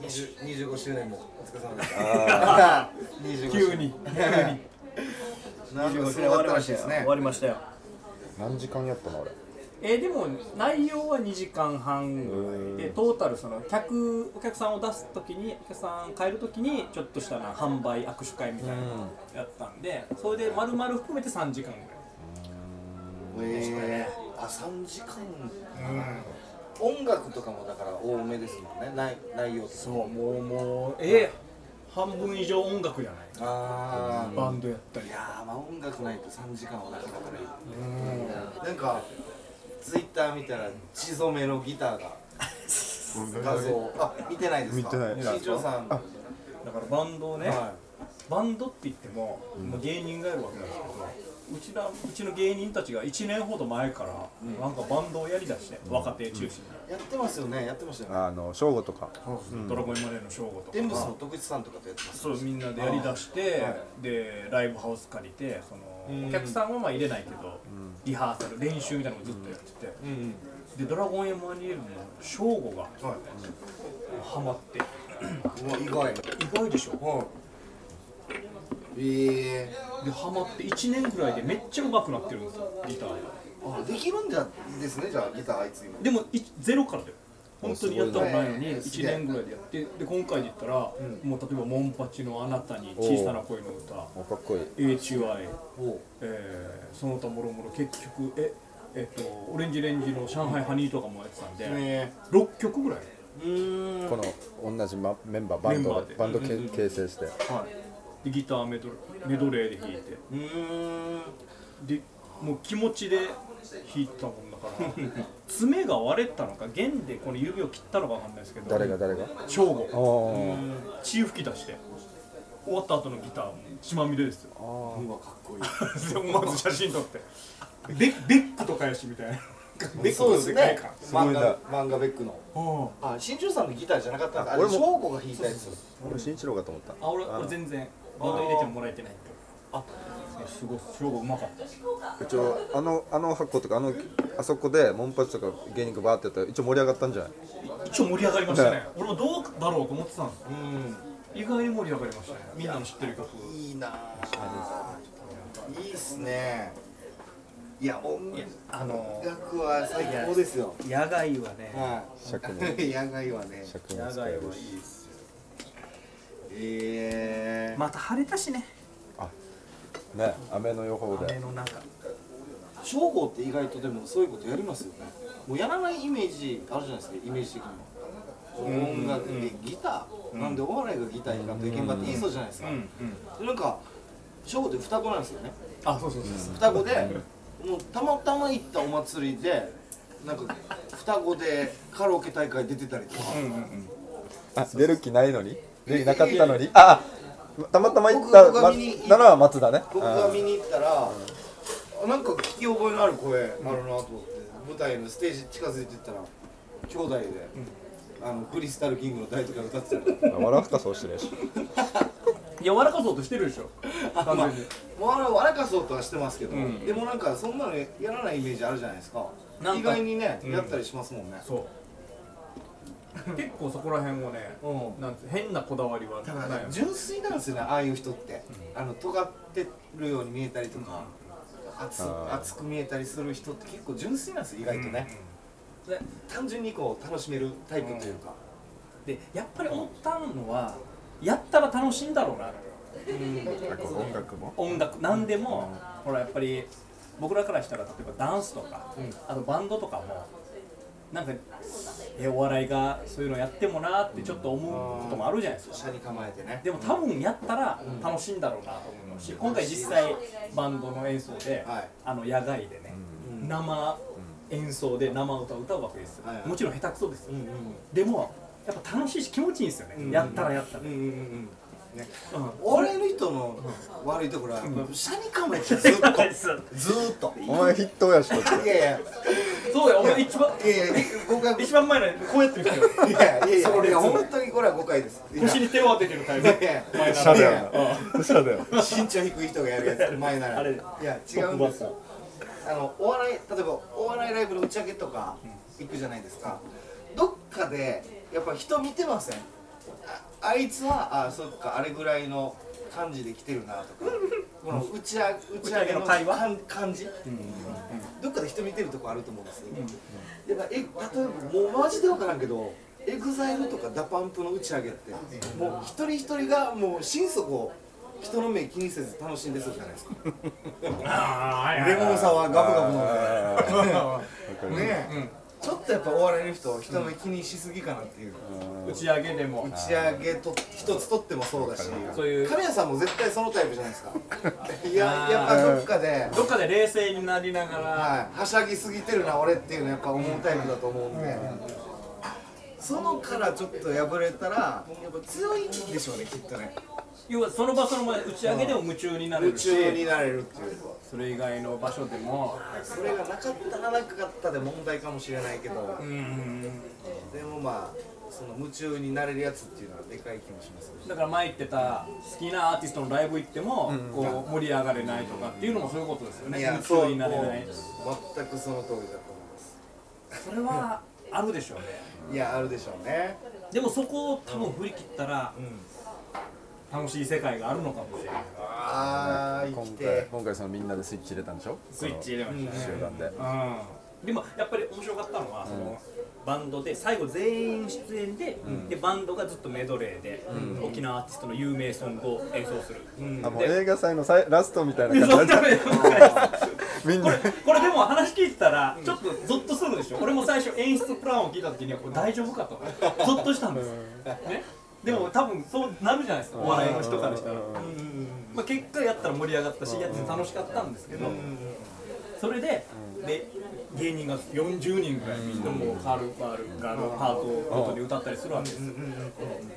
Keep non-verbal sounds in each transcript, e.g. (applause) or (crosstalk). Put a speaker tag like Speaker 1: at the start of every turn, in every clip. Speaker 1: 20 25周年もお疲れ様でした
Speaker 2: あ
Speaker 1: 25周
Speaker 3: (laughs) 急
Speaker 1: 年
Speaker 3: に急に
Speaker 1: なんかす
Speaker 3: 終
Speaker 1: ごかっ
Speaker 3: わり
Speaker 1: た
Speaker 3: ま
Speaker 1: ら
Speaker 3: し
Speaker 1: しい
Speaker 3: た
Speaker 1: です
Speaker 3: よ終
Speaker 1: ね
Speaker 3: わりましたよ
Speaker 2: 何時間やったの俺
Speaker 3: えーでも内容は2時間半ぐらいでトータルその客お客さんを出す時にお客さん変える時にちょっとしたな販売握手会みたいなのやったんでそれで丸々含めて3時間ぐらい
Speaker 1: えーあ3時間、音楽とかもだから多めですもんね内内容そう
Speaker 3: もうもうえー半分以上音楽じゃない
Speaker 1: ああ
Speaker 3: バンドやったり
Speaker 1: いやーまあ音楽ないと3時間はなかなかないなんかツイッター見たら血染めのギターが画像あ見てないですか
Speaker 2: 見てない
Speaker 1: 新庄さん
Speaker 3: だからバンドをね、
Speaker 1: は
Speaker 3: バンドって言っても、まあ芸人がいるわけなんですけどうちらうちの芸人たちが1年ほど前からなんかバンドをやりだして、若手中心に、
Speaker 1: いやってますよねやってましたよね
Speaker 2: あの正午とか
Speaker 3: ドラゴンマネーの正吾とか
Speaker 1: デンブスの徳地さんとかとやってます
Speaker 3: そうみんなでやりだして、
Speaker 1: ああは
Speaker 3: でライブハウス借りてそのお客さんはまあ入れないけど、リハーサル練習みたいなのをずっとやってて、
Speaker 1: うんうん
Speaker 3: でドラゴンエマニュエルの正吾が
Speaker 1: は
Speaker 3: ハマって意
Speaker 1: い、うわ意外
Speaker 3: 外でしょ
Speaker 1: ええ
Speaker 3: でハマって1年ぐらいでめっちゃ上手くなってるんですよギターで。
Speaker 1: ー、あできるんじゃですねじゃあギターあいつ今
Speaker 3: でもいゼロからだよ本当にやったことないのに
Speaker 1: おすごい
Speaker 3: 1
Speaker 1: ね
Speaker 3: 年ぐらいでやってで今回で言ったら、もう例えば「モンパチのあなたに
Speaker 2: おう
Speaker 3: 小さな恋の歌
Speaker 2: おかっこいい」
Speaker 3: HY、
Speaker 1: おう
Speaker 3: えーその他もろもろ結局ええっとオレンジレンジの「上海ハニー」とかもやってたんで、
Speaker 1: ね
Speaker 3: 6曲ぐらい、
Speaker 1: うーん
Speaker 2: この同じまメンバーバン
Speaker 3: メンバ
Speaker 2: ド
Speaker 3: ーで
Speaker 2: バンドけ形成して
Speaker 3: はい、でギターメドメドレーで弾いて
Speaker 1: うーん
Speaker 3: でもう気持ちで弾いたもんだから (laughs) 爪が割れたのか弦でこの指を切ったのかわかんないですけど
Speaker 2: 誰が誰が
Speaker 3: 正吾
Speaker 2: あー
Speaker 3: 血吹き出して終わった後のギターも血まみれですよ
Speaker 1: うわかっこいい
Speaker 3: で (laughs) 思わず写真撮ってベベックとかやしみたいな (laughs) ベック
Speaker 1: そう
Speaker 3: の
Speaker 1: で
Speaker 3: 世
Speaker 1: す
Speaker 3: 界
Speaker 1: ね
Speaker 3: 観
Speaker 1: 漫画漫画ベックの
Speaker 3: うん
Speaker 1: あ新庄さんのギターじゃなかったんだあれ
Speaker 2: 俺も
Speaker 1: 翔子が弾いたやつ
Speaker 2: 俺新一郎かと思った
Speaker 3: あ俺俺全然バンド入れてももらえてないあすごい勝負うまかった
Speaker 2: 一応あのあの箱とかあのあそこでモンパチとか芸人がバーってやったら一応盛り上がったんじゃない
Speaker 3: 一応盛り上がりましたね俺もどうだろうと思ってたんですよ
Speaker 1: うん
Speaker 3: 意外に盛り上がりましたねみんなの知ってる曲
Speaker 1: いいなあいいっすねいや音
Speaker 3: あの
Speaker 1: 楽は最高ですよ
Speaker 3: 野外はね
Speaker 1: は
Speaker 2: 尺も
Speaker 1: い野外はね
Speaker 2: 尺も
Speaker 3: 野
Speaker 2: 使
Speaker 3: 外
Speaker 2: え
Speaker 3: はい
Speaker 2: るし
Speaker 3: いですよ
Speaker 1: ええ
Speaker 3: また晴れたしね
Speaker 2: ね雨の予報
Speaker 3: 雨
Speaker 2: で
Speaker 3: の中
Speaker 1: 翔吾って意外とでもそういうことやりますよねもうやらないイメージあるじゃないですかイメージ的にも音楽でギター、なんでお笑いがギターになっていけんかって言いそうじゃないですか、
Speaker 3: うん
Speaker 1: でなんか翔吾って双子なんですよね
Speaker 3: あそうそうそうそう
Speaker 1: 双子でもうたまたま行ったお祭りでなんか双子でカラオケ大会出てたりとか、
Speaker 2: あ出る気ないのに出る気なかったのにあたまたま行った
Speaker 1: 僕が
Speaker 2: ま
Speaker 1: 見に行っ
Speaker 2: ならは松だね
Speaker 1: 僕が見に行ったら、あなんか聞き覚えのある声あるなと思って、舞台のステージ近づいてったら兄弟で、あのクリスタルキングの大とか (laughs) 歌ってたり
Speaker 2: あー笑うかそうしてるし
Speaker 3: 柔らかそうとしてるでし (laughs) ょ
Speaker 1: あ
Speaker 3: 完
Speaker 1: まあ
Speaker 3: 全に
Speaker 1: もうあれ笑かそうとはしてますけど、
Speaker 3: ん
Speaker 1: でもなんかそんなのやらないイメージあるじゃないですか
Speaker 3: なんか
Speaker 1: 意外にね、
Speaker 3: うん
Speaker 1: やったりしますもんね
Speaker 3: そう結構そこら辺をね、
Speaker 1: うん
Speaker 3: なんて変なこだわりは
Speaker 1: だから
Speaker 3: ない
Speaker 1: ね純粋なんですよねああいう人って、あの尖ってるように見えたりとか、熱
Speaker 2: あー
Speaker 1: 熱く見えたりする人って結構純粋なんですよ意外とね、で単純にこう楽しめるタイプというか、
Speaker 3: でやっぱり思ったのはやったら楽しいんだろうな
Speaker 2: 音楽も
Speaker 3: 音楽何でも、ほらやっぱり僕らからしたら例えばダンスとか、
Speaker 1: うん
Speaker 3: あとバンドとかもなんかえお笑いがそういうのやってもなってちょっと思うこともあるじゃないですか、
Speaker 1: 車に構えてね
Speaker 3: でも多分やったら楽しいんだろうなと思うし、今回実際バンドの演奏で、
Speaker 1: はい
Speaker 3: あの野外でね、
Speaker 1: うん
Speaker 3: 生演奏で生歌を歌うわけですよ、
Speaker 1: はいはい
Speaker 3: もちろん下手くそですよ、
Speaker 1: うんうん
Speaker 3: でもやっぱ楽しいし気持ちいいんですよね、
Speaker 1: うん
Speaker 3: やったらやったら、
Speaker 1: うんうんうんうんね、
Speaker 3: うん
Speaker 1: 俺の人の悪いところは、車に構えてるずっとずーっと
Speaker 2: お前筆頭やしとって
Speaker 1: いやいや
Speaker 3: そうだよお前一番
Speaker 1: いやいや僕は
Speaker 3: 一番前のこうやってる人よ
Speaker 1: いやいやいや
Speaker 3: それ
Speaker 1: いや本当にこれは誤解ですいや
Speaker 3: 腰に手を当ててるタイプ
Speaker 1: いやいや
Speaker 3: 前
Speaker 2: シ
Speaker 3: な
Speaker 2: ャ
Speaker 3: ら
Speaker 2: だよなシャだよ
Speaker 1: 身長低い人がやるやつ前なら
Speaker 3: あれ
Speaker 1: いや違うんですよあのお笑い例えばお笑いライブの打ち上げとか行くじゃないですかどっかでやっぱ人見てませんああいつはあそっかあれぐらいの感じで来てるなとかこの打ち上げ打ち上げの
Speaker 3: 打ち上げの会話
Speaker 1: 感感じ、どっかで人見てるとこあると思うんですよ、でまあえ例えばもうマジで分からんけどエグザイルとかダパンプの打ち上げってもう一人一人がもう心底人の目気にせず楽しんでそうじゃないですかレモンサワーガブガブ飲んで (laughs) ねえ、ちょっとやっぱお笑いの人人目気にしすぎかなっていう、
Speaker 3: 打ち上げでも
Speaker 1: 打ち上げと一つとってもそうだし
Speaker 3: そういう
Speaker 1: 神谷さんも絶対そのタイプじゃないです (laughs) かいややっぱどっかで、
Speaker 3: どっかで冷静になりながら
Speaker 1: はい、はしゃぎすぎてるな俺っていうのやっぱ思うタイプだと思うんで、そのからちょっと破れたらやっぱ強いんでしょうねきっとね
Speaker 3: 要はその場その場で打ち上げでも夢中になれ
Speaker 1: 宇
Speaker 3: るし
Speaker 1: 宙になれるっていう
Speaker 3: それ以外の場所でも
Speaker 1: それがなかったらなかったで問題かもしれないけど、
Speaker 3: うん
Speaker 1: でもまあその夢中になれるやつっていうのはでかい気もしますね
Speaker 3: だから前言ってた好きなアーティストのライブ行ってもこう盛り上がれないとかっていうのもそういうことですよね
Speaker 1: いや
Speaker 3: 夢
Speaker 1: そう
Speaker 3: 中になれない
Speaker 1: もう全くその通りだと思います
Speaker 3: それはあるでしょうね
Speaker 1: いやあるでしょうね
Speaker 3: でもそこを多分振り切ったら
Speaker 1: ん
Speaker 3: 楽しい世界があるのかもしれない
Speaker 1: ああ生
Speaker 2: 今
Speaker 1: き
Speaker 2: 回
Speaker 1: て
Speaker 2: 今回そのみんなでスイッチ入れたんでしょ
Speaker 3: スイッチ入れましたね
Speaker 2: 集団で
Speaker 3: うんでもやっぱり面白かったのは、そのバンドで最後全員出演で,、でバンドがずっとメドレーで、沖縄アーティストの有名ソングを演奏する、
Speaker 2: あもう映画祭のさいラストみたい
Speaker 3: (laughs)
Speaker 2: な
Speaker 3: そ
Speaker 2: 感
Speaker 3: ん
Speaker 2: じ
Speaker 3: な
Speaker 2: で
Speaker 3: のよくないです
Speaker 2: みん
Speaker 3: こ (laughs)
Speaker 2: な
Speaker 3: れこれでも話聞いてたらちょっとゾッとするでしょ俺も最初演出プランを聞いた時にはこれ大丈夫 (laughs) かとゾッとしたんですねでも多分そうなるじゃないですかお笑いの人からしたら、まあ、結果やったら盛り上がったしやってて楽しかったんですけどそれでで芸人が40人ぐらいみんなもうカール・バールがあのパートごとに歌ったりするわけですよ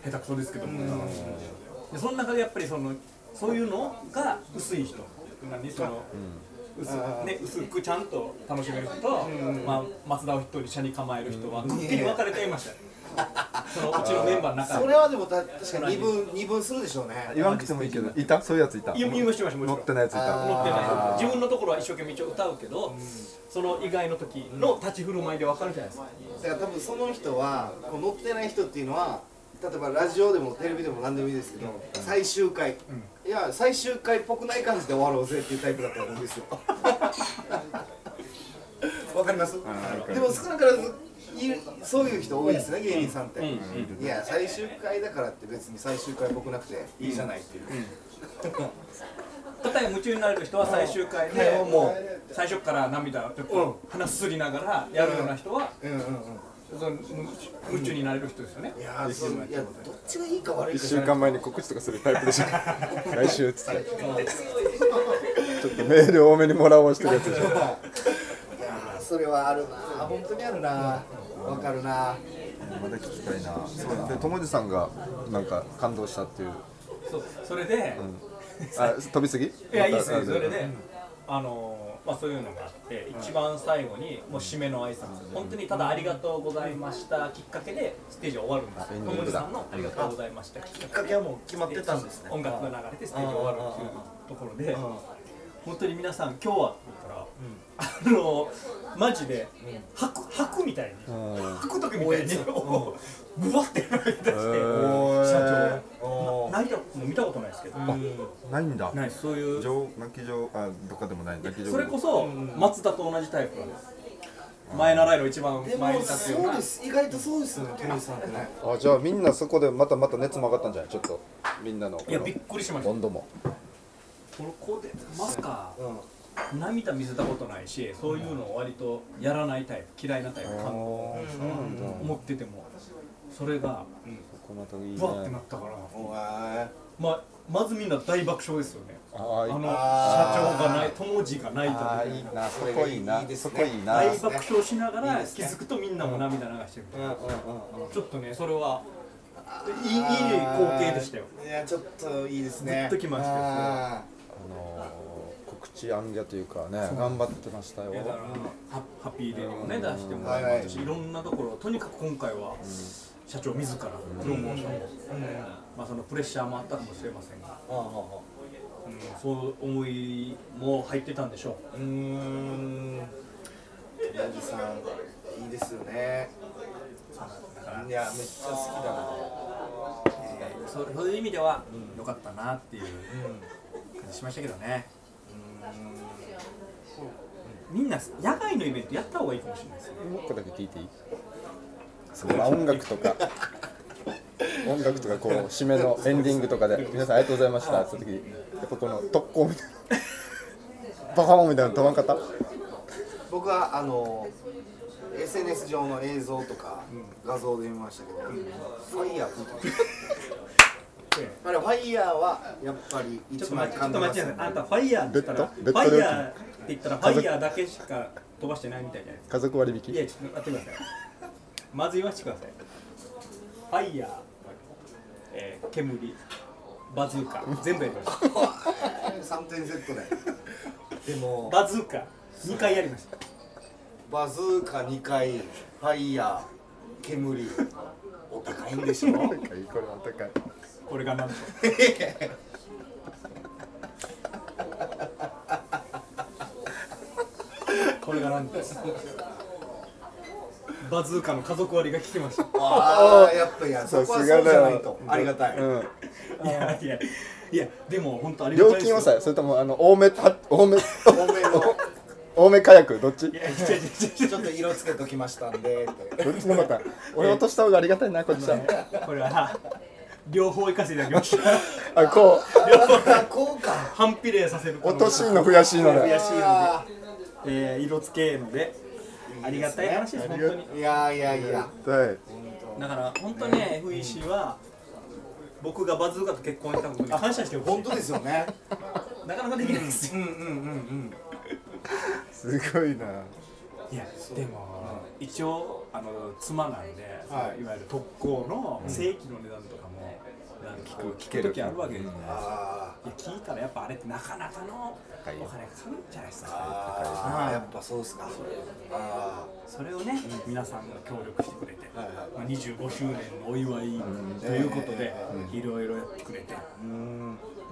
Speaker 3: 下手くそですけどもでその中でやっぱりそのそういうのが薄い人何その、薄ね、薄くちゃんと楽しめる人と、まあ、松田を一人車に構える人はくっきり分かれていましたよ、
Speaker 2: (laughs)
Speaker 3: そのうちのメンバーの中
Speaker 1: そ
Speaker 3: で
Speaker 1: れはでもた確かに二分二分するでしょうね
Speaker 2: 言わなくてもいいけどいたそういうやついた
Speaker 3: いや見ました見ました見ま
Speaker 2: 乗
Speaker 3: し
Speaker 2: ったてないやついた
Speaker 3: 持ってない自分のところは一生懸命一応歌うけど、その以外の時の立ち振る舞いで分かるじゃないですか、
Speaker 1: だから多分その人はこう乗ってない人っていうのは例えばラジオでもテレビでも何でもいいですけど、最終回、いや最終回っぽくない感じで終わろうぜっていうタイプだと思うんですよ (laughs) わかりますでも少なからずいるそういう人多いですね芸人さんって、いや最終回だからって別に最終回っぽくなくていいじゃないっていう、
Speaker 3: 例えば夢中になれる人は最終回で、もう最初から涙をちょっと鼻すすりながらやるような人は、
Speaker 1: うんうん
Speaker 3: その夢中になれる人ですよね、
Speaker 1: うんいやーそういやどっちがいいか悪い
Speaker 2: 一
Speaker 1: かじゃ
Speaker 2: 週
Speaker 1: なく
Speaker 2: 間前に告知とかするタイプで
Speaker 3: (laughs)
Speaker 2: しょ来週っつってちょっとメール多めにもらおうしてるやつでしょ
Speaker 1: ていやーそれはあるなー本当にあるなーわかるなー
Speaker 2: まだ聞きたいなで友治さんがなんか感動したっ
Speaker 3: (laughs)
Speaker 2: ていう
Speaker 3: そうそれで、
Speaker 2: あ飛びすぎい
Speaker 3: いやいいですねそれで、あのーまあ、そういうのがあって一番最後にもう締めの挨拶、本当にただ「ありがとうございました」きっかけでステージは終わるんです
Speaker 2: エ
Speaker 3: よ
Speaker 2: ンディン
Speaker 3: 友
Speaker 2: グ
Speaker 3: 治
Speaker 2: だ
Speaker 3: さんの「ありがとうございました」きっか
Speaker 1: き
Speaker 3: け
Speaker 1: っかけはもう決まってたんですね
Speaker 3: 音楽が流れてステージ終わるっていうところで本当に皆さん今日はって言ったら、あのーマジで吐く吐くみたいに吐く時みたいにこうブワッて泣い出して社長
Speaker 1: お
Speaker 3: 泣いたの見たことないですけど
Speaker 2: ないんだ
Speaker 3: ないそういう
Speaker 2: 上泣き上あどっかでもない泣き上
Speaker 3: それこそ松田と同じタイプなんです前習いの一番
Speaker 1: で
Speaker 3: 前に
Speaker 1: も
Speaker 3: 立つよう
Speaker 1: そう
Speaker 3: な
Speaker 1: です意外とそうですよねトミーさんってね
Speaker 2: あじゃあみんなそこでまたまた熱も上がったんじゃないちょっとみんなのこ
Speaker 3: いやびっ
Speaker 2: の
Speaker 3: くりしましたこ
Speaker 2: 温度も
Speaker 3: こでまさか
Speaker 1: うん
Speaker 3: 涙見せたことないしそういうのを割とやらないタイプ嫌いなタイプかも
Speaker 2: そうなんだ
Speaker 3: 思っててもそれが
Speaker 2: そこまたいいね
Speaker 3: ブワってなったから
Speaker 1: お前
Speaker 3: まあまずみんな大爆笑ですよね
Speaker 2: あ
Speaker 3: あ
Speaker 2: ーいい
Speaker 3: の
Speaker 1: あー
Speaker 3: 社長がない友次がないと
Speaker 2: あ
Speaker 3: か
Speaker 2: ーいいなそこいい
Speaker 1: い
Speaker 2: ない
Speaker 1: です
Speaker 2: そ
Speaker 1: ね
Speaker 2: こいいな
Speaker 3: 大爆笑しながら気づくとみんなも涙流してる
Speaker 1: うんうんうん
Speaker 3: ちょっとねそれはいいいい光景でしたよ
Speaker 1: いやちょっといいですね
Speaker 3: グッときましたよそれ
Speaker 1: あ
Speaker 2: あのー告知暗記というかね頑張ってましたよ
Speaker 3: だからハハッピーデーにもね出してもらいましたしいろんなところとにかく今回は社長自らプロモーションを、まあ、そのプレッシャーもあったかもしれませんが、
Speaker 1: ーあ
Speaker 3: うん、そう思いも入ってたんでしょ
Speaker 1: ーうーんヤギさんいいですよね
Speaker 3: うだから
Speaker 1: いやめっちゃ好きだな
Speaker 3: そそういう意味では良かったなっていう感じしましたけどねみんな野外のイベントやった方がいいかもしれないですね
Speaker 2: もう一個だけ聞いていいそんな音楽とか音楽とかこう締めのエンディングとかで皆さんありがとうございましたって時やっぱこの特攻みたいなバカモンみたいなの飛ばんかった
Speaker 1: 僕はあの SNS 上の映像とか画像で見ましたけど、ファイヤー
Speaker 3: (laughs)
Speaker 1: 吹いてましたあれファイヤーはやっぱり
Speaker 3: ちょっ
Speaker 1: 一
Speaker 3: と
Speaker 1: 枚
Speaker 3: 待って、ちょ
Speaker 1: 噛んでま
Speaker 3: っと待っ
Speaker 1: すよ
Speaker 3: てください。
Speaker 1: ね
Speaker 3: あんたファイヤーって言ったら、
Speaker 2: ベ
Speaker 3: フ
Speaker 2: ッドベッド
Speaker 3: ァ
Speaker 2: 料金
Speaker 3: イヤーって言ったら、ファイヤーだけしか飛ばしてないみたいじゃないです
Speaker 2: 家族割引
Speaker 3: か。いや、ちょっと待ってください。まず言わしてください。ファイヤー、えー、煙、バズーカ、全部やりました。
Speaker 1: 3点セットででも
Speaker 3: バズーカ、2回やりました。
Speaker 1: バズーカ2回ファイヤー煙お高いんでしょ
Speaker 2: これは (laughs) 高い
Speaker 3: これがなんと。これがなんと。バズーカの家族割が来てました。
Speaker 1: ああやっぱいやそ
Speaker 2: さ
Speaker 1: こはそう
Speaker 2: す
Speaker 1: じゃ
Speaker 2: がだよ
Speaker 1: ないとありがたい、
Speaker 2: うん
Speaker 3: いやいやいやでも本当ありがたい
Speaker 2: 料
Speaker 3: です
Speaker 2: 金
Speaker 3: よ
Speaker 2: はさそれともあの多めた多 (laughs) め
Speaker 1: 多めの
Speaker 2: 多め火薬どっち
Speaker 3: い
Speaker 2: (laughs)
Speaker 3: や違う違う違う違
Speaker 1: ちょっと色つけときましたんでって
Speaker 2: どっちのパターン俺落とした方がありがたいなこっちは
Speaker 3: うこれは両方行かせていただきました
Speaker 2: あこ
Speaker 1: あこうか
Speaker 3: 反比例させる
Speaker 2: う落としい
Speaker 3: の
Speaker 2: の増やしいの
Speaker 3: 悔
Speaker 2: で
Speaker 3: しいの
Speaker 1: あ
Speaker 3: で、えー、色付けのでありがたい話です本当に
Speaker 1: ーいやいやいや
Speaker 2: はい
Speaker 3: だから本当ね FEC は僕がバズーカと結婚したことに感謝してほし
Speaker 1: 本
Speaker 3: い
Speaker 1: 当ですよね
Speaker 3: なかなかできないですよ
Speaker 1: うんうんうんうん
Speaker 2: すごいない
Speaker 3: やでも一応あの妻なんで、
Speaker 1: はい
Speaker 3: い、わゆる特攻の正規の値段とかも、なんか聞く聞く時あるわけですね、
Speaker 1: あ
Speaker 3: いや聞いたらやっぱあれってなかなかのお金かかるんじゃないです
Speaker 1: ー
Speaker 3: か
Speaker 1: あーやっぱそうですかあ
Speaker 3: それをね皆さんが協力してくれて、
Speaker 1: はいはい
Speaker 3: まあ、25周年のお祝いということでいろいろやってくれて、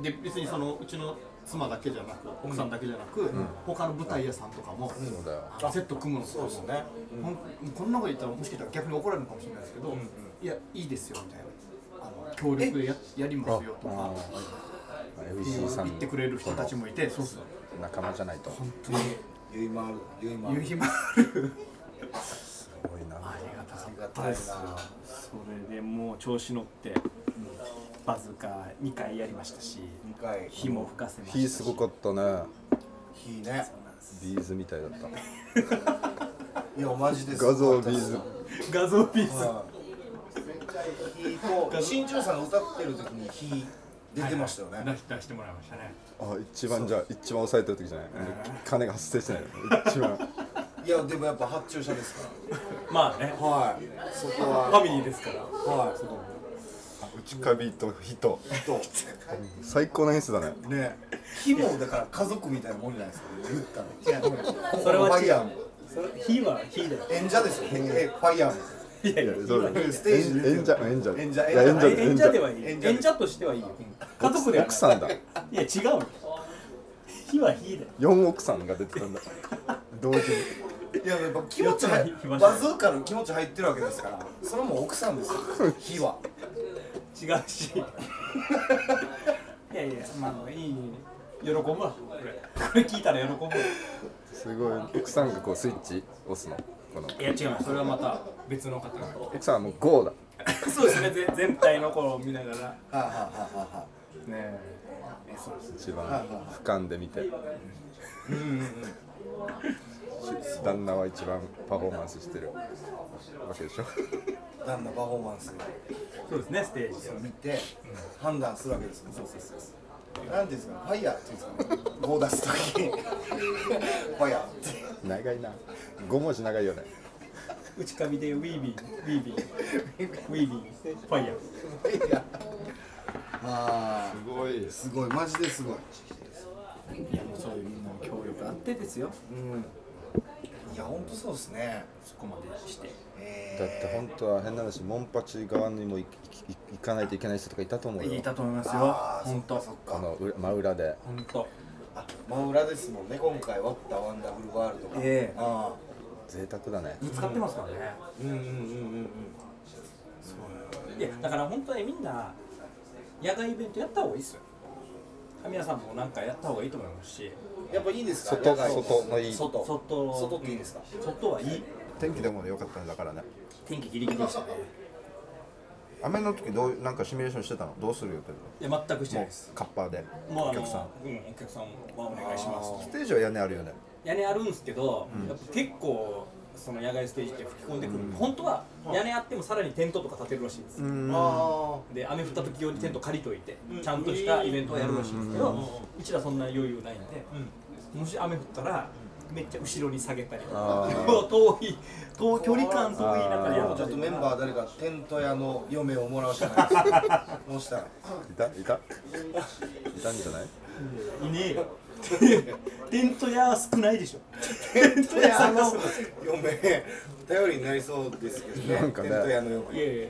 Speaker 3: で別にそのうちの妻だけじゃなく奥さんだけじゃなく、他の舞台屋さんとかも、
Speaker 2: そうだよ
Speaker 3: あのセット組むのとかも
Speaker 1: そうですね
Speaker 3: ほんこんなこと言ったらもしかしたら逆に怒られるのかもしれないですけど、いやいいですよみたいなあの協力でややりますよとかっていう
Speaker 2: FEC さ
Speaker 3: 言
Speaker 2: ん
Speaker 3: ってくれる人たちもいてそうそう
Speaker 2: 仲間じゃないと
Speaker 3: 本当に
Speaker 1: あゆいまるゆいま
Speaker 3: 夕
Speaker 1: る
Speaker 3: 日もある
Speaker 2: 多いな
Speaker 3: ありがた
Speaker 1: あ
Speaker 3: か
Speaker 1: り
Speaker 3: っ
Speaker 1: が
Speaker 3: た
Speaker 1: たい
Speaker 3: で
Speaker 1: な
Speaker 3: すそれでもう調子乗ってバズカ2回やりましたし
Speaker 1: 2回
Speaker 3: 火も吹かせましたし
Speaker 2: 火すごかったね
Speaker 1: 火ね
Speaker 2: ビーズみたいだった
Speaker 1: いやマジです
Speaker 2: 画像ビーズ
Speaker 3: 画像ピース
Speaker 1: 火と新庄さんが歌ってる時に火出てましたよね、
Speaker 3: 出し出してもらいましたね
Speaker 2: あ一番じゃあ一番抑えてる時じゃない金が発生してない一番
Speaker 1: い、やでもやっぱ発注者ですか
Speaker 3: まあね
Speaker 1: らはいそこ
Speaker 3: フ
Speaker 1: は
Speaker 3: ァミリーですから
Speaker 1: は
Speaker 2: 内カビと火と
Speaker 1: いと
Speaker 2: 最高な演出
Speaker 1: (laughs)
Speaker 2: だね
Speaker 1: ね火もだから家族みたいなもんじゃないですか言ったら
Speaker 3: それは
Speaker 1: ファ
Speaker 3: 違う
Speaker 1: イヤーも
Speaker 3: それ火は火だよ
Speaker 1: 演者ですよえファイヤーも
Speaker 3: いやいや
Speaker 2: そうだね
Speaker 1: ステージで
Speaker 2: 演者演者
Speaker 1: 演者
Speaker 2: いや演者
Speaker 3: 演者ではいい
Speaker 1: 演者
Speaker 3: 演者としてはいいよ家族ではない
Speaker 2: 奥さんだ
Speaker 3: いや違うよ火は火だよ
Speaker 2: 四奥さんが出てたんだ同時に
Speaker 1: いややっぱ気持ち入
Speaker 3: やっ
Speaker 1: っ
Speaker 3: ぱり
Speaker 1: バズーカの気持ち入ってるわけですからそれはもう奥さんですよ火は
Speaker 3: 違う
Speaker 1: (laughs)
Speaker 3: しいやいやまあいいいい喜ぶわこれこれ聞いたら喜ぶわ
Speaker 2: すごい奥さんがこうスイッチ押すのこの
Speaker 3: いや違うそれはまた別の方が
Speaker 2: 奥さんはもう GO だ
Speaker 3: (laughs) そうですねぜ全体の頃を見ながらね
Speaker 1: はあはあはあはあ
Speaker 3: えそうです
Speaker 2: 一番俯瞰で見て旦那は一番パフォーマンスしてるわけでしょ
Speaker 1: 旦那パフォーマンス
Speaker 3: そうですねステージで
Speaker 1: 見て判断するわけですもんそうそうそうなんていうんですかファイヤーっていうんですかね棒出す時 (laughs) にファイヤーって
Speaker 2: 長いな5文字長いよね
Speaker 3: 内カビでウィービーウィービーウィービーファイヤー
Speaker 1: あ
Speaker 2: すごい
Speaker 1: ーすごいマジですごい
Speaker 3: いやもうそういうみんなの協力あってですよ
Speaker 1: いや本当そうですね
Speaker 3: そこまでして
Speaker 1: え
Speaker 2: だって本当は変な話モンパチ側にも行き行き行かないといけない人とかいたと思う
Speaker 3: い
Speaker 2: よ
Speaker 3: いたと思いますよ
Speaker 1: あー
Speaker 3: 本当
Speaker 1: そっ
Speaker 2: あ
Speaker 1: か
Speaker 2: の裏真裏で
Speaker 3: 本当
Speaker 1: あ真裏ですもんね今回「ワッタワンダフルワールドが」
Speaker 3: ええ
Speaker 1: あ
Speaker 2: 贅沢だね
Speaker 3: 使ってますからね、
Speaker 1: あうんうんうんうんうん
Speaker 3: いやだから本当にみんな野外イベントやった方がいいっすよ神谷さんもなんかやった方がいいと思いますし
Speaker 1: やっぱいいですか
Speaker 2: 外
Speaker 1: 野外
Speaker 2: 外のいい
Speaker 1: 外
Speaker 3: 外
Speaker 1: 外っていいですか
Speaker 3: 外はいい
Speaker 4: 天気でも良かったんだからね
Speaker 3: 天気ギリギリでしたね
Speaker 4: 雨の時どうなんかシミュレーションしてたのどうするよって
Speaker 3: いや全くしてな
Speaker 4: も
Speaker 3: いうです
Speaker 4: カッパーで
Speaker 3: もう
Speaker 4: お
Speaker 3: あの
Speaker 4: 客さん
Speaker 3: うんお客さんはお願いします
Speaker 4: ステージは屋根あるよね
Speaker 3: 屋根あるんですけど、やっぱ結構その野外ステージって吹き込んでくる、本当は屋根あってもさらにテントとか立てるらしいんですよ、
Speaker 1: あ
Speaker 3: で雨降った時用にテント借りといて、
Speaker 1: ん
Speaker 3: ちゃんとしたイベントをやるらしいんですけど、うちらそんな余裕ないんで、もし雨降ったらめっちゃ後ろに下げたりとか
Speaker 2: あ
Speaker 3: 遠い遠距離感遠い中でや
Speaker 1: あちょっとメンバー
Speaker 3: ー
Speaker 1: 誰かテント屋の嫁をもらうしかない
Speaker 2: (laughs)
Speaker 1: ですよもうしたら
Speaker 2: いたいたいたんじゃない
Speaker 3: いねえよテント屋は少ないでしょ
Speaker 1: テント屋の嫁頼りになりそうですけどね
Speaker 2: なんかね
Speaker 1: テント屋の嫁
Speaker 3: いやい (laughs) や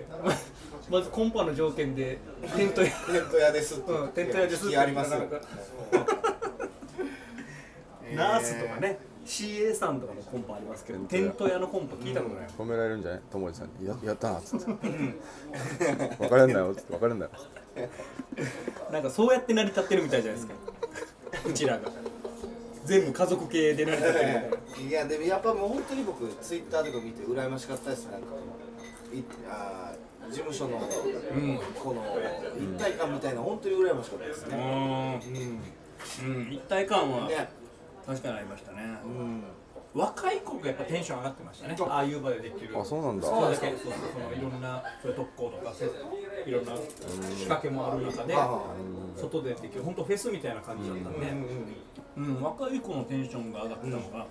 Speaker 3: まずコンパの条件でテント屋
Speaker 1: テント屋ですって
Speaker 3: うん、テント屋です
Speaker 1: いやありますよ
Speaker 3: なかなかナースとかね CA さんとかのコンパありますけどテ
Speaker 2: テ
Speaker 3: ン
Speaker 2: ン
Speaker 3: ト屋のコンパ聞いたことない、
Speaker 2: 褒められるんじゃない友達さんに「ややったな」っつって「分かれんなよ」っつって「分かれんなよ」
Speaker 3: なんかそうやって成り立ってるみたいじゃない (laughs) ですかうちらが全部家族系で成り立ってるみたいない
Speaker 1: やでもやっぱもう本当に僕ツイッターとか見て羨ましかったですなんかいあー事務所の、この一体感みたいな本当に羨ましかったですね、
Speaker 3: うん、うん、一体感は
Speaker 1: ね
Speaker 3: 確かにありましたね
Speaker 1: うん
Speaker 3: 若い子がやっぱテンション上がってましたねああいう場でできる
Speaker 2: あそうなんだ
Speaker 3: そうだけそうそうそういろんなそういう特攻とかそういういろんな仕掛けもある中で外でできる本当フェスみたいな感じだったんで、うん若い子のテンションが上がったのが、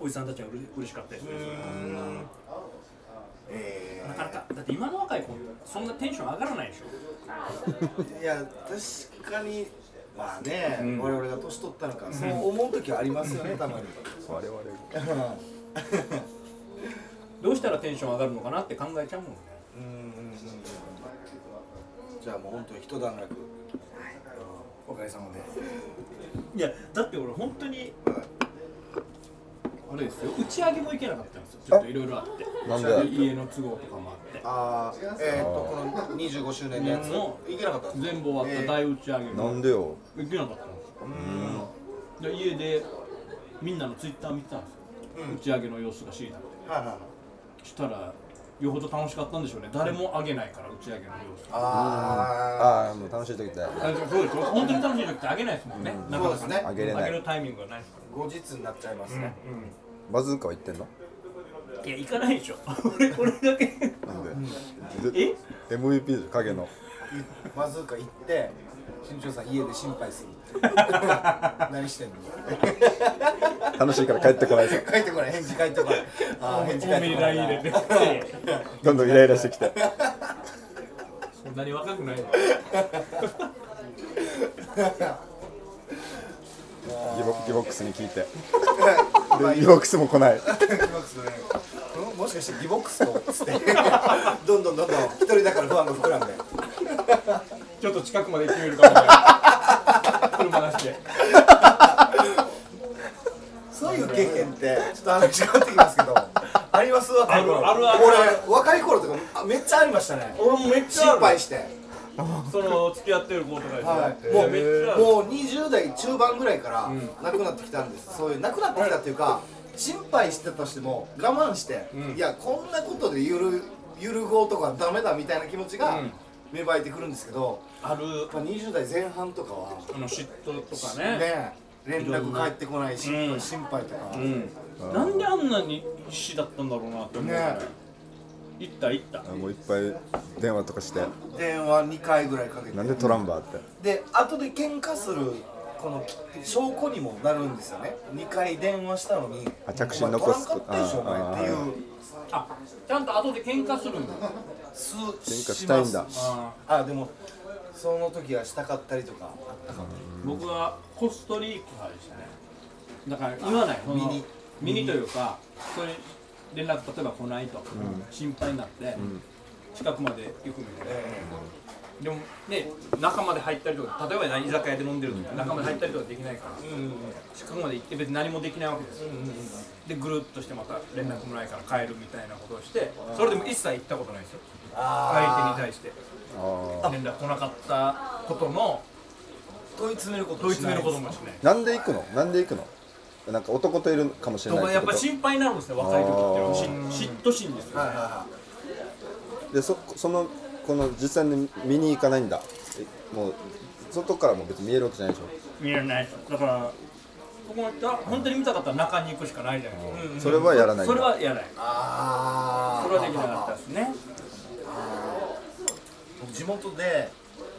Speaker 3: おじさんたちはうれ嬉しかったですね、
Speaker 1: え
Speaker 3: なかなかだって今の若い子そんなテンション上がらないでしょ
Speaker 1: ー、いや確かにまあね、我々が年取ったのか、そう思う時はありますよねたまに
Speaker 2: 我々
Speaker 3: どうしたらテンション上がるのかなって考えちゃうもんね
Speaker 1: うんうんうんうんじゃあもう本当に一段落
Speaker 3: おかげさまでいやだって俺本当にあれですよ打ち上げも行けなかったんですよちょっといろいろあって
Speaker 2: なんで
Speaker 3: 家の都合とかもあって
Speaker 1: ああえー、っとこの25周年のやつ
Speaker 3: も
Speaker 1: いけなかったんですか
Speaker 3: 全部終わった大打ち上げ
Speaker 2: な
Speaker 3: も
Speaker 2: んでよ
Speaker 3: 行けなかったんですよで家でみんなのツイッター見てたんですよ、打ち上げの様子が知りたくて
Speaker 1: はいはいはい
Speaker 3: したらよほど楽しかったんでしょうね誰もあげないから打ち上げの様子
Speaker 1: あ
Speaker 2: ああもう楽しい時だよね
Speaker 3: あそうですよ本当に楽しい時ってあげないですもんね、なかなか
Speaker 1: そうですね
Speaker 2: あげれな
Speaker 3: あげ
Speaker 2: い
Speaker 3: るタイミングがないですか
Speaker 1: あ後日になっちゃいますね、
Speaker 2: バズーカは言ってんの
Speaker 3: らいや行かないでしょ (laughs) 俺これだけ
Speaker 2: なん
Speaker 3: え
Speaker 2: でで MVP でしょ影の
Speaker 1: まずか行って新庄さん家で心配する (laughs) 何してんの
Speaker 2: 楽しいから帰ってこないぞ
Speaker 1: 帰ってこない返事返ってこないああ返事
Speaker 3: 多
Speaker 1: 返っ
Speaker 3: め
Speaker 1: て
Speaker 3: に
Speaker 1: こない
Speaker 3: LINE
Speaker 1: な
Speaker 3: 入れて
Speaker 2: どんどんイライラしてきて
Speaker 3: そんなに若くないの
Speaker 2: ギボギボックスに
Speaker 4: (laughs)
Speaker 2: 聞いてでギボックスも来ない
Speaker 1: ギボックスねうんもしかしてギボックスとつってどんどんどんどん一人だから不安が膨らんで
Speaker 3: ちょっと近くまで行ってみるかみたいな車出して
Speaker 1: そういう経験ってちょっと話変わってきますけどありますわ
Speaker 3: あるあるある
Speaker 1: 俺若い頃とかあめっちゃありましたね
Speaker 3: 俺もめっち
Speaker 1: 心
Speaker 3: ゃある
Speaker 1: 配して
Speaker 3: その付き合ってる子とかでしょ、
Speaker 1: はい
Speaker 3: も
Speaker 1: も
Speaker 3: うめっちゃあ
Speaker 1: う
Speaker 3: る
Speaker 1: もう20代中盤ぐらいからなくなってきたんです、そういうなくなってきたっていうか心配してたとしても我慢して、いやこんなことでゆるゆるごうとかダメだみたいな気持ちが芽生えてくるんですけど、
Speaker 3: ある
Speaker 1: やっぱ20代前半とかは
Speaker 3: あの嫉妬とかね
Speaker 1: ね連絡返ってこないし、
Speaker 3: うん
Speaker 1: 心配とか、
Speaker 3: うんなんであんなに必死だったんだろうなって思うよね
Speaker 1: ね
Speaker 3: 行った行った
Speaker 2: あもういっぱい電話とかして
Speaker 1: 電話2回ぐらいかけて
Speaker 2: なんでトランバーって
Speaker 1: で後で喧嘩するこの証拠にもなるんですよね2回電話したのに
Speaker 2: あ着信残す
Speaker 1: お前取らんかったでしょお
Speaker 2: ああ
Speaker 1: 前っていう
Speaker 3: あちゃんと後で喧嘩するんだ
Speaker 1: す
Speaker 2: 喧嘩したいんだ
Speaker 1: しますあでもその時はしたかったりとかあったかも
Speaker 3: 僕はコストリーク派でしたねだから言わないその
Speaker 1: ミニ
Speaker 3: ミニというかそれ連絡例えば来ないと、心配になって、近くまで行くみたいな、でもね中まで入ったりとか例えば居酒屋で飲んでるとか、中まで入ったりとかできないから、近くまで行って別に何もできないわけですよ、でぐるっとしてまた連絡もないから帰るみたいなことをしてそれでも一切行ったことないですよ相手に対して
Speaker 2: あ
Speaker 3: 連絡来なかったことの
Speaker 1: 問い詰めること
Speaker 3: 問い詰めることもしない
Speaker 2: ーなんで行くのなんで行くのなんか男といるかもしれ
Speaker 3: と
Speaker 2: ない
Speaker 3: かやっ
Speaker 2: って
Speaker 3: ぱ
Speaker 2: こ
Speaker 3: 心配になるんですね若い時っていうのはし嫉妬心ですよね
Speaker 2: とでそそのこの実際に見に行かないんだえもう外からも別に見えるわけじゃないでしょ
Speaker 3: 見えないだから僕も言ったら本当に見たかったら中に行くしかないじゃないですか、うんうん
Speaker 2: それはやらないんだ
Speaker 3: それはやらない
Speaker 1: ああ
Speaker 3: それはできなかったですね
Speaker 1: 僕地元で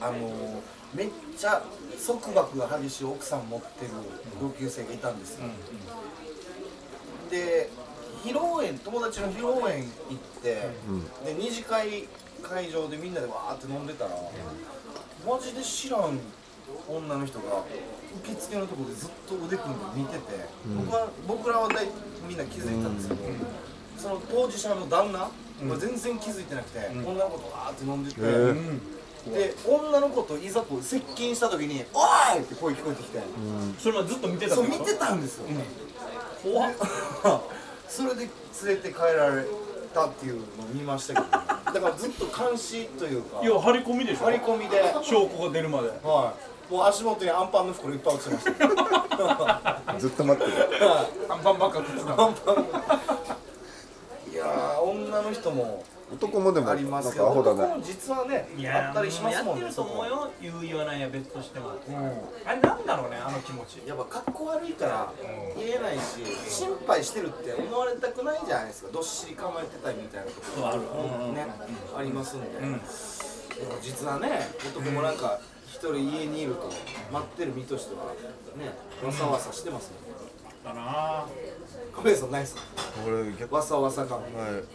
Speaker 1: あのめっちゃ束縛が激しい奥さん持ってる同級生がいたんですよ、で披露宴友達の披露宴行って、で二次会会場でみんなでわーって飲んでたら、マジで知らん女の人が受付のところでずっと腕組んで見てて、僕は僕らは大みんな気づいたんですけど、その当事者の旦那、が全然気づいてなくて、女の子とわーって飲んでて、で女の子といざこう接近した時に「おーい!」って声聞こえてきて、
Speaker 3: それはずっと見てた
Speaker 1: そ
Speaker 3: ん
Speaker 1: う
Speaker 3: で
Speaker 1: 見
Speaker 3: すか
Speaker 1: てたんですよ、
Speaker 3: 怖っ
Speaker 1: (laughs) それで連れて帰られたっていうのを見ましたけど、だからずっと監視というか
Speaker 3: いや張り込みでしょ
Speaker 1: 張り込みで、はい、
Speaker 3: 証拠が出るまで
Speaker 1: もう足元にアンパンの袋いっぱい落ちてました
Speaker 2: (laughs) ずっと待ってる
Speaker 3: 看板ばっかくっつか
Speaker 1: アンパンいやー女の人も
Speaker 2: 男もでも
Speaker 1: あ
Speaker 2: な
Speaker 1: り
Speaker 2: んか
Speaker 1: ま
Speaker 2: ア
Speaker 1: すよ
Speaker 2: ホだ
Speaker 1: 男
Speaker 2: ね
Speaker 1: も実はね
Speaker 3: い
Speaker 1: あ
Speaker 3: や
Speaker 1: ったりします
Speaker 3: や
Speaker 1: も
Speaker 3: っ
Speaker 1: ん
Speaker 3: て
Speaker 1: ね
Speaker 3: ると思う
Speaker 1: そこ
Speaker 3: よ言う言わないは別としても、あれなんだろうねあの気持ち
Speaker 1: やっぱ格好悪いから言えないし心配してるって思われたくないじゃないですかどっしり構えてたりみたいなこと
Speaker 3: そうある
Speaker 1: ね、ありますんで、でも実はね男もなんか一人家にいると待ってる身としてはねわさわさしてますもんね
Speaker 3: だな
Speaker 1: 亀井さんないっすか
Speaker 4: 俺逆
Speaker 1: わさわさ感
Speaker 4: はい、俺はど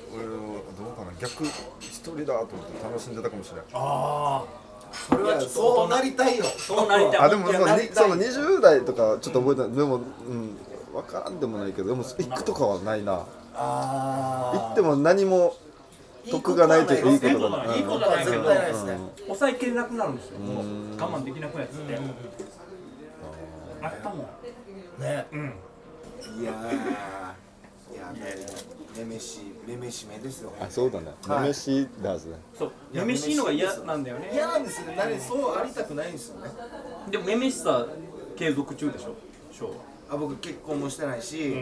Speaker 4: うかな逆一人だと思って楽しんでたかもしれない
Speaker 3: あ
Speaker 1: それはそうなりたいよ
Speaker 3: そうなりたい
Speaker 2: あでも
Speaker 3: いや
Speaker 2: その
Speaker 3: なり
Speaker 2: に
Speaker 3: たい
Speaker 2: その20代とかちょっと覚えてないでもうん分からんでもないけどでも行くとかはないな
Speaker 1: あ
Speaker 2: 行っても何も得がないというかいいことがない
Speaker 3: い
Speaker 2: い
Speaker 3: こ
Speaker 2: う
Speaker 3: とはないけ
Speaker 1: 絶
Speaker 3: ど
Speaker 1: 対ないですね、
Speaker 3: 抑えきれなくなるんですよもう我慢できなくなっちゃってあったもん
Speaker 1: ね
Speaker 3: うん
Speaker 1: いやーいやねめめしめめしめですよ
Speaker 2: んあそうだね
Speaker 1: はい
Speaker 2: 試しだはずね
Speaker 3: そう
Speaker 1: いや
Speaker 3: めめしいのが嫌なんだよね
Speaker 1: 嫌なんですよね何そうありたくないんですよね
Speaker 3: でもめめしさ継続中でしょショーは
Speaker 1: あ僕結婚もしてないし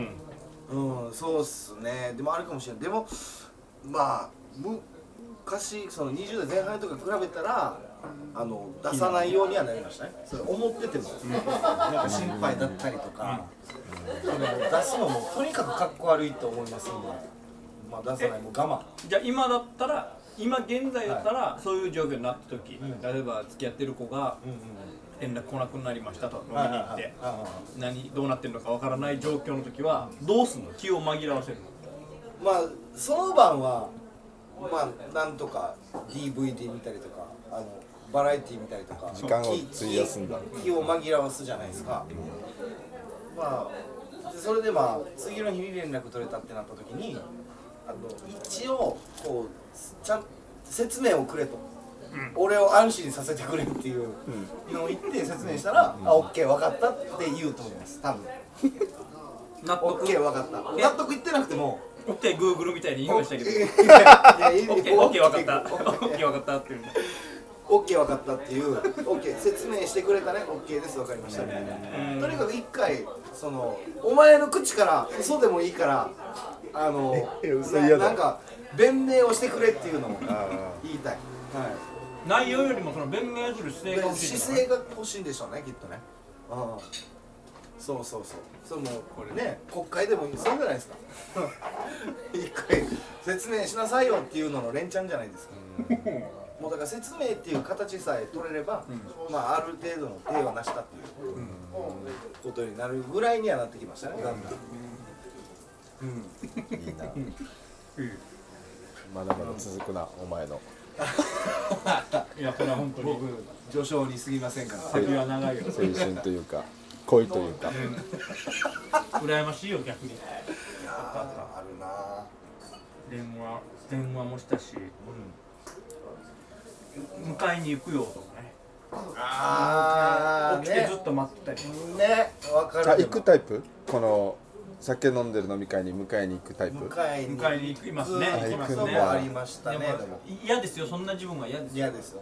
Speaker 1: うん、そうっすねでもあるかもしれないでもまあ昔その20代前半とか比べたらあの出さないようにはなりましたねそれ思ってても、なんか心配だったりとか、でも出すのもとにかくかっこ悪いと思いますんで、まあ、出さないもう我慢
Speaker 3: じゃあ今だったら今現在だったらそういう状況になった時例えば付き合ってる子が連絡来なくなりましたと飲みに行って何どうなってるのかわからない状況の時はどうすんの気を紛らわせるの
Speaker 1: まあその晩はまあなんとか DVD 見たりとかあのバラエティ見たりとか
Speaker 2: 時間を費やすんだ
Speaker 1: 気気を紛らわすじゃないですか、まあでそれでまあ次の日に連絡取れたってなった時にあの一応こうちゃん説明をくれと、俺を安心にさせてくれっていうのを言って説明したら「あオッケー分かった」って言うと思います多分
Speaker 3: 納
Speaker 1: 「オッ
Speaker 3: 得
Speaker 1: ケー分かった」納得いってなくても「
Speaker 3: オッケーグーグルみたいに言いましたけど
Speaker 1: いやいやいや
Speaker 3: オッケーオッケーわかったオ
Speaker 1: オッ
Speaker 3: ッ
Speaker 1: ケ
Speaker 3: ケ
Speaker 1: ー
Speaker 3: ーわかったっていうの
Speaker 1: オッケーわかったっていうオッケー説明してくれたねオッケーですわかりましたみたいなとにかく一回そのお前の口から嘘でもいいからあの
Speaker 2: え嘘
Speaker 1: な
Speaker 2: 嫌だ
Speaker 1: なんか弁明をしてくれっていうのを言いたいは
Speaker 3: 内容よりもその弁明する姿勢が
Speaker 1: い
Speaker 3: 欲しいんだ
Speaker 1: 姿勢が欲しいんでしょうねきっとねうんそうそうそうそれもこれね国会でもいいそうじゃないですか (laughs) 一回説明しなさいよっていうのの連チャンじゃないですかもうだから説明っていう形さえ取れれば、まあある程度の手はなしたっていう、ことになるぐらいにはなってきましたね、だんだん。
Speaker 2: いいなまだまだ続くなお前の
Speaker 3: いやこれは本当に
Speaker 1: 僕序章に過ぎませんから。
Speaker 3: 先は長いよ
Speaker 2: 青春とい
Speaker 3: (laughs)
Speaker 2: うか恋というか
Speaker 3: 羨ましいよ逆に
Speaker 1: あるなぁ。
Speaker 3: 電話電話もしたし、迎えに行くよとかね
Speaker 1: あー
Speaker 3: 起きて
Speaker 1: ね
Speaker 3: ずっと待ってたり
Speaker 1: ねわか
Speaker 2: あ
Speaker 1: る。
Speaker 2: 行くタイプこの酒飲んでる飲み会に迎えに行くタイプ
Speaker 1: 迎えに
Speaker 3: 迎えに行きますね
Speaker 1: 行きます
Speaker 2: 行くん
Speaker 1: ね
Speaker 2: だ
Speaker 1: ありましたね
Speaker 3: で
Speaker 1: で
Speaker 3: も
Speaker 1: も
Speaker 3: 嫌ですよそんな自分は嫌ですよ
Speaker 1: 嫌ですよ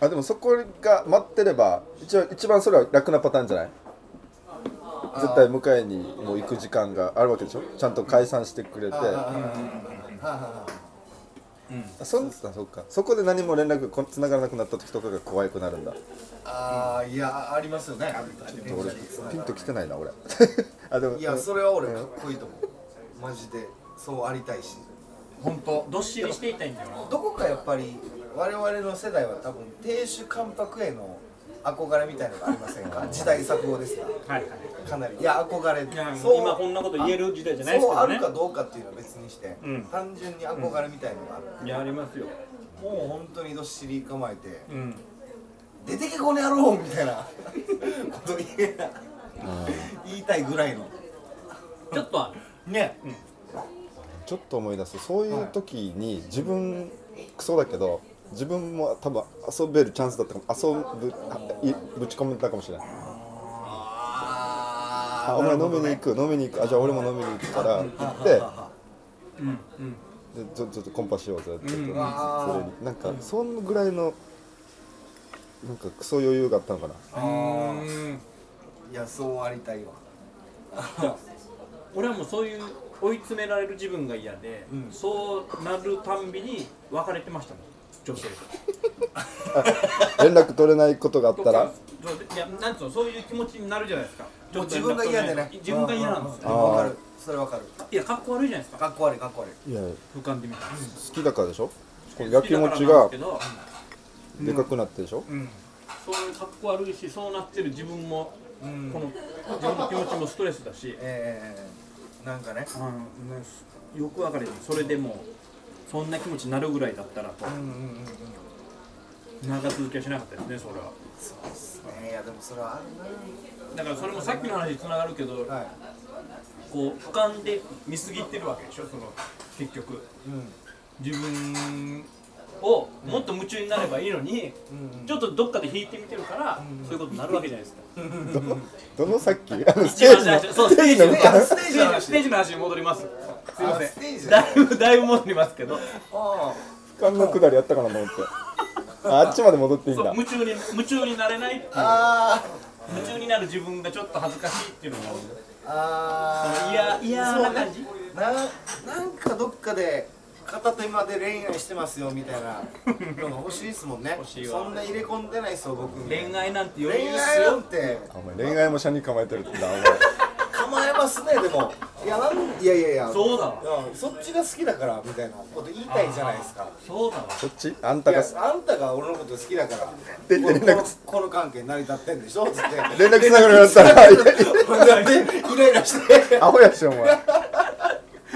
Speaker 2: あでもそこが待ってれば一応一番それは楽なパターンじゃない絶対迎えにもう行く時間があるわけでしょちゃんと解散してくれてそんそっかそこで何も連絡つながらなくなった時とかが怖くなるんだ
Speaker 1: ああいやありますよね
Speaker 2: ちょっと俺ピンときてないな俺 (laughs) あでも
Speaker 1: いやそれは俺かっこいいと思うマジでそうありたいし
Speaker 3: 本当どっしりしていたいんだよな
Speaker 1: どこかやっぱり我々の世代は多分亭主関白への憧れみたいのがありませんか時代錯誤ですが
Speaker 3: はいはい
Speaker 1: かなりいや憧れ
Speaker 3: いやもう
Speaker 1: そう
Speaker 3: 今こんなこと言える時代じゃないです
Speaker 1: そ
Speaker 3: け
Speaker 1: うあ
Speaker 3: ど
Speaker 1: る
Speaker 3: ね
Speaker 1: かどうかっていうのは別にして、
Speaker 3: うん
Speaker 1: 単純に憧れみたいのがある、
Speaker 3: いやありますよ
Speaker 1: もう本当にどっしり構えて
Speaker 3: うん
Speaker 1: 「出てけこの野郎!」みたいな (laughs) こと言えない言いたいぐらいの
Speaker 3: ちょっとある
Speaker 1: ね、
Speaker 2: ちょっと思い出すそういう時に自分クソだけど自分も多分遊べるチャンスだったかも遊ぶあいぶち込めたかもしれない
Speaker 1: あ
Speaker 2: あ
Speaker 1: あ
Speaker 2: お前飲みに行く飲みに行くあじゃあ俺も飲みに行くから行って
Speaker 3: うんうん
Speaker 2: でちょちょっとコンパしようぜって言って、
Speaker 3: うん
Speaker 2: それになんかそんぐらいのなんかクソ余裕があったのかな
Speaker 3: うん
Speaker 1: いやそうありたいわ
Speaker 3: 俺はもうそういう追い詰められる自分が嫌で、
Speaker 1: うん
Speaker 3: そうなるたんびに別れてましたもん女性
Speaker 2: 連絡取れないことがあっ
Speaker 3: と
Speaker 2: た
Speaker 3: からそういやなんつうのそういう気持ちになるじゃないですか
Speaker 1: もう自分が嫌でね
Speaker 3: 自分が嫌なんですよ
Speaker 1: あわかるそれわかる
Speaker 3: いやかっこ悪いじゃないですか
Speaker 1: かっこ悪いかっこ悪い
Speaker 2: いや
Speaker 3: 俯瞰で見たら
Speaker 2: 好きだからでしょこのやきもち
Speaker 3: 好
Speaker 2: が
Speaker 3: きだからなんです
Speaker 2: でかくなってでしょ、
Speaker 3: けどうんそういうかっこ悪いしそうなってる自分も
Speaker 1: うん
Speaker 3: この自分の気持ちもストレスだし、
Speaker 1: えー、なんかね
Speaker 3: あのねよく分かるよそれでもそんな気持ちになるぐらいだったらと
Speaker 1: うんうんうんうん
Speaker 3: 長続きはしなかったですねそれは
Speaker 1: そうっすねいやでもそれはある
Speaker 3: だからそれもさっきの話につながるけど、
Speaker 1: なはい
Speaker 3: こう俯瞰で見すぎてるわけでしょその結局
Speaker 1: うん
Speaker 3: 自分をもっと夢中になればいいのに、
Speaker 1: うん
Speaker 3: ちょっとどっかで引いてみてるから、そういうことになるわけじゃないですか、
Speaker 2: どのさ (laughs) っきあのス
Speaker 3: 一
Speaker 2: テ
Speaker 3: 番
Speaker 2: ー
Speaker 3: 最
Speaker 2: ジの
Speaker 3: 初そう
Speaker 2: ステージ
Speaker 3: ス
Speaker 2: の
Speaker 3: テ
Speaker 1: いや
Speaker 2: 歌
Speaker 1: ステージの話
Speaker 3: ステージの話に戻りますすいま
Speaker 1: あステ
Speaker 3: せ
Speaker 1: ージ
Speaker 3: ん
Speaker 1: だ
Speaker 3: だいぶだいぶ戻りますけど
Speaker 1: あ
Speaker 2: 俯瞰のくだりやったかな (laughs) と思ってああっちまで戻っていいん
Speaker 3: そう
Speaker 2: だ
Speaker 3: 夢中に夢中になれないっていう
Speaker 1: あ
Speaker 3: 夢中になる自分がちょっと恥ずかしいっていうのも
Speaker 1: あ
Speaker 3: いやいやな感じ
Speaker 1: ななんかどっかで片手間で恋愛してますよみたいなのが欲しいですもんね
Speaker 3: 欲しいわ
Speaker 1: そんな入れ込んでないですよ僕
Speaker 3: 恋愛なんて余
Speaker 1: 恋
Speaker 3: 裕っす
Speaker 1: 愛なん
Speaker 3: よ
Speaker 1: て
Speaker 2: あお前恋愛も車に構えてるってなお前
Speaker 1: 構えますねでもいやなんいやいやいや
Speaker 3: そうだわ
Speaker 1: うんそっちが好きだからみたいなこと言いたいじゃないですか
Speaker 3: そうだわ
Speaker 2: そっちあん
Speaker 1: い
Speaker 2: た
Speaker 1: や
Speaker 2: が
Speaker 1: あんたが俺のこと好きだから
Speaker 2: で
Speaker 1: この
Speaker 2: 連絡つ
Speaker 1: この関係成り立ってんでしょつって
Speaker 2: 連絡つながるようになった (laughs) ら
Speaker 1: だって (laughs) イライラして
Speaker 2: アホやしお前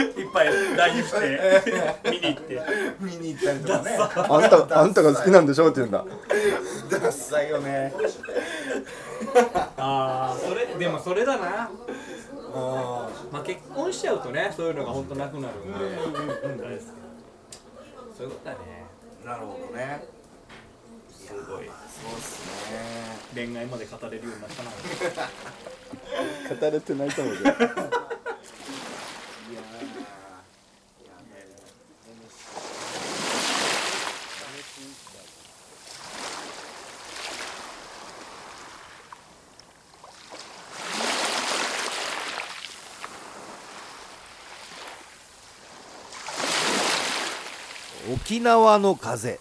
Speaker 3: いっぱい大事して見に行って
Speaker 1: 見に行ったりとかね
Speaker 2: あんたあんたが好きなんでしょって言うんだ
Speaker 1: ダッサいよね
Speaker 3: ああそれでもそれだな
Speaker 1: うん
Speaker 3: まあ結婚しちゃうとねそういうのが本当なくなるんであれですけどそういうことだね
Speaker 1: なるほどね
Speaker 3: すごい
Speaker 1: そうっすね
Speaker 3: 恋愛まで語れるようになったな
Speaker 2: 語れてないと思うけど
Speaker 1: いやー沖縄の風